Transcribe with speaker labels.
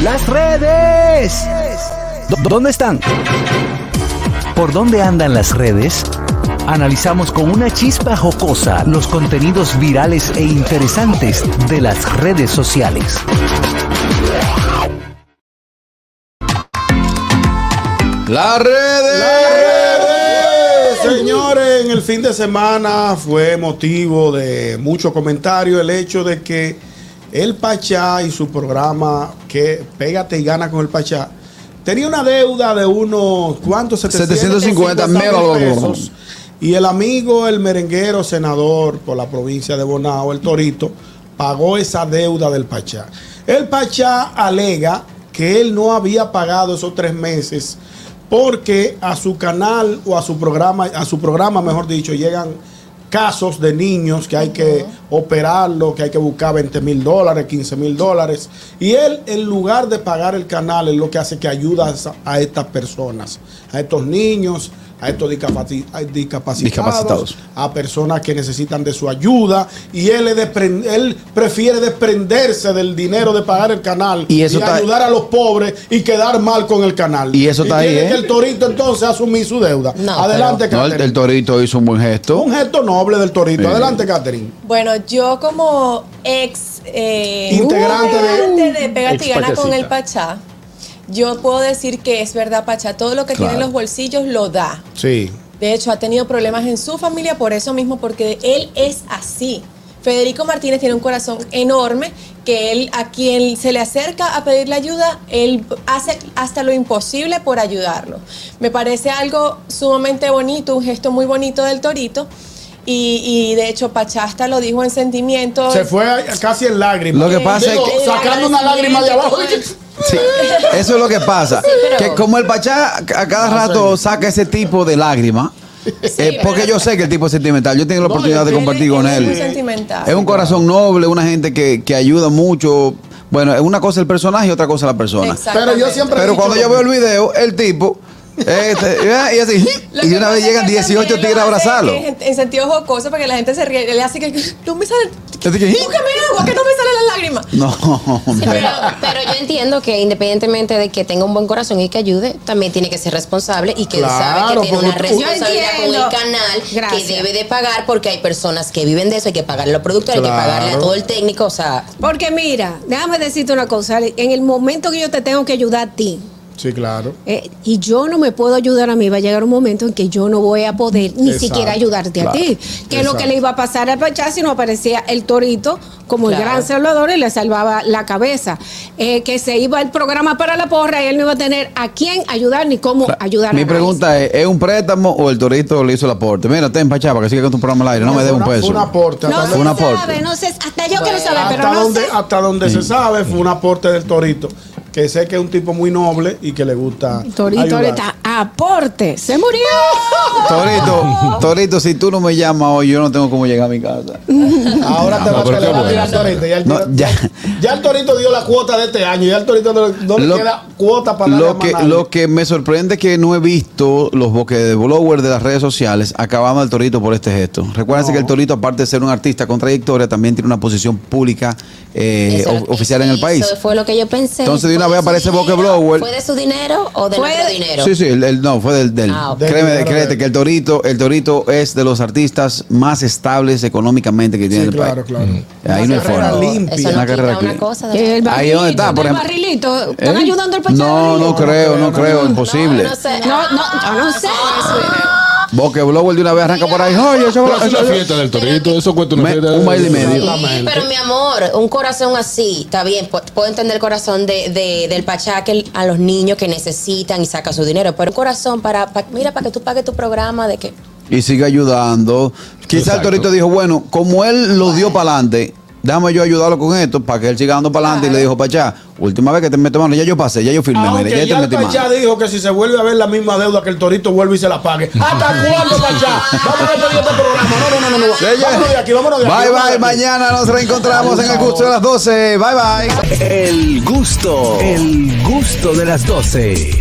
Speaker 1: Las redes. ¿Dó- ¿Dónde están? ¿Por dónde andan las redes? Analizamos con una chispa jocosa los contenidos virales e interesantes de las redes sociales.
Speaker 2: La redes.
Speaker 3: Señores, en el fin de semana fue motivo de mucho comentario el hecho de que el Pachá y su programa que Pégate y gana con el Pachá tenía una deuda de unos cuantos
Speaker 2: 750 mil
Speaker 3: pesos. Y el amigo, el merenguero senador por la provincia de Bonao, el Torito, pagó esa deuda del Pachá. El Pachá alega que él no había pagado esos tres meses porque a su canal o a su programa, a su programa, mejor dicho, llegan casos de niños que hay que operarlo, que hay que buscar 20 mil dólares, 15 mil dólares. Y él, en lugar de pagar el canal, es lo que hace que ayuda a, esa- a estas personas, a estos niños, a estos discapaci- a discapacitados,
Speaker 2: Discapacitados.
Speaker 3: a personas que necesitan de su ayuda. Y él, es despre- él prefiere desprenderse del dinero de pagar el canal
Speaker 2: Y eso está-
Speaker 3: ayudar a los pobres y quedar mal con el canal.
Speaker 2: Y eso está ahí,
Speaker 3: tiene
Speaker 2: ¿eh?
Speaker 3: que el Torito entonces asumir su deuda.
Speaker 4: No,
Speaker 3: Adelante,
Speaker 2: No, el,
Speaker 3: Catherine.
Speaker 2: el torito hizo un buen gesto.
Speaker 3: Un gesto noble del Torito.
Speaker 2: Sí.
Speaker 3: Adelante, Catherine.
Speaker 4: Bueno, yo como ex eh,
Speaker 3: Integrante de-
Speaker 4: integrante de Pégate y
Speaker 5: Ex
Speaker 4: Gana con
Speaker 5: pachacita.
Speaker 4: el Pachá, yo puedo decir que es verdad, Pachá, todo lo que
Speaker 2: Claro.
Speaker 4: tiene en los bolsillos lo da.
Speaker 3: Sí.
Speaker 4: De hecho, ha tenido problemas en su familia por eso mismo, porque él es así. Federico Martínez tiene un corazón enorme que él a quien se le acerca a pedirle ayuda, él hace hasta lo imposible por ayudarlo. Me parece algo sumamente bonito, un gesto muy bonito del Torito. Y, y de hecho, Pachasta lo dijo en sentimiento.
Speaker 6: Pues-
Speaker 3: Se fue casi en lágrimas.
Speaker 2: Lo que pasa es que-
Speaker 3: Sacando una lágrima de abajo.
Speaker 2: Sí, Eso es lo que pasa.
Speaker 4: pero-
Speaker 2: Que como el Pachá a cada rato saca ese tipo de lágrima. eh,
Speaker 4: pero-
Speaker 2: porque yo sé que el tipo es sentimental. Yo tengo la
Speaker 3: No,
Speaker 2: oportunidad de
Speaker 4: él-
Speaker 2: compartir
Speaker 4: él
Speaker 2: con
Speaker 4: es
Speaker 2: él.
Speaker 4: muy sentimental.
Speaker 2: Es un corazón noble, una gente que, que ayuda mucho. Bueno, es una cosa el personaje y otra cosa la persona.
Speaker 3: Pero yo siempre-
Speaker 2: Pero cuando yo veo el video, el tipo. este, y así.
Speaker 4: Lo
Speaker 2: Y
Speaker 4: que
Speaker 2: de una vez
Speaker 4: pasa
Speaker 2: llegan
Speaker 4: es que
Speaker 2: 18
Speaker 4: también lo
Speaker 2: tigres a
Speaker 4: hace
Speaker 2: abrazarlo.
Speaker 4: En, en sentido jocoso, porque la gente se ríe. Le hace que. No me sale.
Speaker 2: Así que,
Speaker 4: Búscame agua, que no me sale la lágrima.
Speaker 2: No,
Speaker 7: Sí,
Speaker 2: hombre.
Speaker 7: pero, pero yo entiendo que independientemente de que tenga un buen corazón y que ayude, también tiene que ser responsable y que él sabe
Speaker 3: Claro,
Speaker 7: que tiene una
Speaker 3: porque tú- Yo
Speaker 7: responsabilidad con
Speaker 6: entiendo.
Speaker 7: el canal
Speaker 6: Gracias.
Speaker 7: que debe de pagar porque hay personas que viven de eso, hay que pagarle a los productores, hay
Speaker 3: Claro.
Speaker 7: que pagarle a todo el técnico, o sea,
Speaker 6: Porque mira, déjame decirte una cosa, Ale, en el momento que yo te tengo que ayudar a ti,
Speaker 3: Sí, claro.
Speaker 6: eh, y yo no me puedo ayudar a mí, va a llegar un momento en que yo no voy a poder ni
Speaker 3: Exacto,
Speaker 6: siquiera ayudarte
Speaker 2: claro.
Speaker 6: a ti. Que es lo que
Speaker 3: Exacto.
Speaker 6: le iba a pasar al Pachá si no aparecía el torito como el
Speaker 7: Claro.
Speaker 6: gran salvador y le salvaba la cabeza. Eh, que se iba el programa para la porra y él no iba a tener a quién ayudar ni cómo ayudar a
Speaker 2: Mi
Speaker 6: nadie.
Speaker 2: pregunta es, ¿es un préstamo o el torito le hizo el aporte? Mira, ten pachá para que siga con tu programa al aire, no me dé un
Speaker 3: Fue una-
Speaker 2: peso.
Speaker 3: fue un aporte.
Speaker 6: No
Speaker 3: Hasta
Speaker 2: Fue un
Speaker 6: se
Speaker 2: aporte.
Speaker 6: sabe, no sé, hasta yo quiero saber, pero
Speaker 3: Hasta
Speaker 6: no
Speaker 3: donde,
Speaker 6: sé.
Speaker 3: hasta donde se sabe fue un aporte del Torito. Que sé que es un tipo muy noble y que le gusta.
Speaker 6: Torito
Speaker 3: ayudar.
Speaker 6: ahorita, aporte, se murió.
Speaker 2: Torito, Torito, si tú no me llamas hoy, yo no tengo cómo llegar a mi casa.
Speaker 3: Ahora te
Speaker 5: No,
Speaker 3: vas
Speaker 5: pero
Speaker 3: a
Speaker 5: qué
Speaker 3: le va a
Speaker 5: bueno.
Speaker 3: tirar al Torito. Ya el,
Speaker 2: No, ya.
Speaker 3: ya el Torito dio la cuota de este año. Ya el Torito no, le- no le
Speaker 2: Lo-
Speaker 3: queda cuota para darle a
Speaker 2: Lo
Speaker 3: más
Speaker 2: que,
Speaker 3: nadie.
Speaker 2: lo que me sorprende es que no he visto los boques de blowers de las redes sociales acabando al Torito por este gesto. Recuérdense que el Torito, aparte de ser un artista con trayectoria, también tiene una posición pública eh,
Speaker 7: eso es lo
Speaker 2: of-
Speaker 7: que
Speaker 2: oficial en el
Speaker 7: hizo,
Speaker 2: país.
Speaker 7: Fue lo que yo pensé.
Speaker 2: Entonces, de una
Speaker 7: ¿Fue
Speaker 2: vez aparece
Speaker 7: su
Speaker 2: Boca
Speaker 7: dinero?
Speaker 2: Blower.
Speaker 7: ¿Fue de su dinero o de
Speaker 6: Fue
Speaker 7: nuestro
Speaker 6: de-
Speaker 7: dinero?
Speaker 2: Sí, sí, el, el- no, fue del. del.
Speaker 7: Ah, ok.
Speaker 2: Créeme,
Speaker 3: Del dinero
Speaker 2: créete
Speaker 3: del-
Speaker 2: que el Torito, el Torito es de los artistas más estables económicamente que tiene
Speaker 3: Sí,
Speaker 2: el
Speaker 3: claro,
Speaker 2: país.
Speaker 3: claro.
Speaker 2: Ahí no hay
Speaker 3: carrera
Speaker 2: forma.
Speaker 3: limpia.
Speaker 7: Eso no
Speaker 2: Una
Speaker 7: quita
Speaker 2: carrera
Speaker 7: una
Speaker 2: limpia.
Speaker 7: cosa de
Speaker 6: El
Speaker 2: Ahí donde está,
Speaker 6: barrilito,
Speaker 2: por
Speaker 6: el
Speaker 2: ejemplo.
Speaker 6: barrilito. ¿Están
Speaker 2: ¿Eh?
Speaker 6: ayudando al Pachá?
Speaker 2: No, no creo, no
Speaker 3: no
Speaker 2: creo, Ah. imposible.
Speaker 7: No sé.
Speaker 6: No, no, yo no sé.
Speaker 7: Ah,
Speaker 2: Boque Blower de una vez arranca por ahí. Oye, eso-
Speaker 5: Pero es
Speaker 2: eso-
Speaker 5: una
Speaker 2: eso-
Speaker 5: fiesta del torito, eso cuesta una
Speaker 2: Me-
Speaker 5: fiesta.
Speaker 2: un baile y medio.
Speaker 7: Sí, pero mi amor, un corazón así, está bien, pu- puedo entender el corazón de, de- del pachá que el- a los niños que necesitan y sacan su dinero, pero un corazón para, pa- mira, para que tú pagues tu programa de que...
Speaker 2: Y sigue ayudando. Quizá el
Speaker 5: Exacto.
Speaker 2: Torito dijo, bueno, como él lo dio para adelante, déjame yo ayudarlo con esto para que él siga dando para adelante. Y le dijo, Pachá, última vez que te meto mano, ya yo pasé, ya yo firmé,
Speaker 3: Aunque
Speaker 2: mire, ya
Speaker 3: Ah,
Speaker 2: te
Speaker 3: ya el
Speaker 2: metí mano.
Speaker 3: Pachá dijo que si se vuelve a ver la misma deuda que el Torito vuelve y se la pague. ¿Hasta cuándo, Pachá? Vamos a despedir este programa. No, no, no, no. no. Vámonos de aquí, vámonos de aquí.
Speaker 2: Bye
Speaker 3: vámonos de
Speaker 2: bye,
Speaker 3: aquí.
Speaker 2: mañana nos reencontramos en el gusto de las 12. Bye bye.
Speaker 1: El gusto, el gusto de las 12.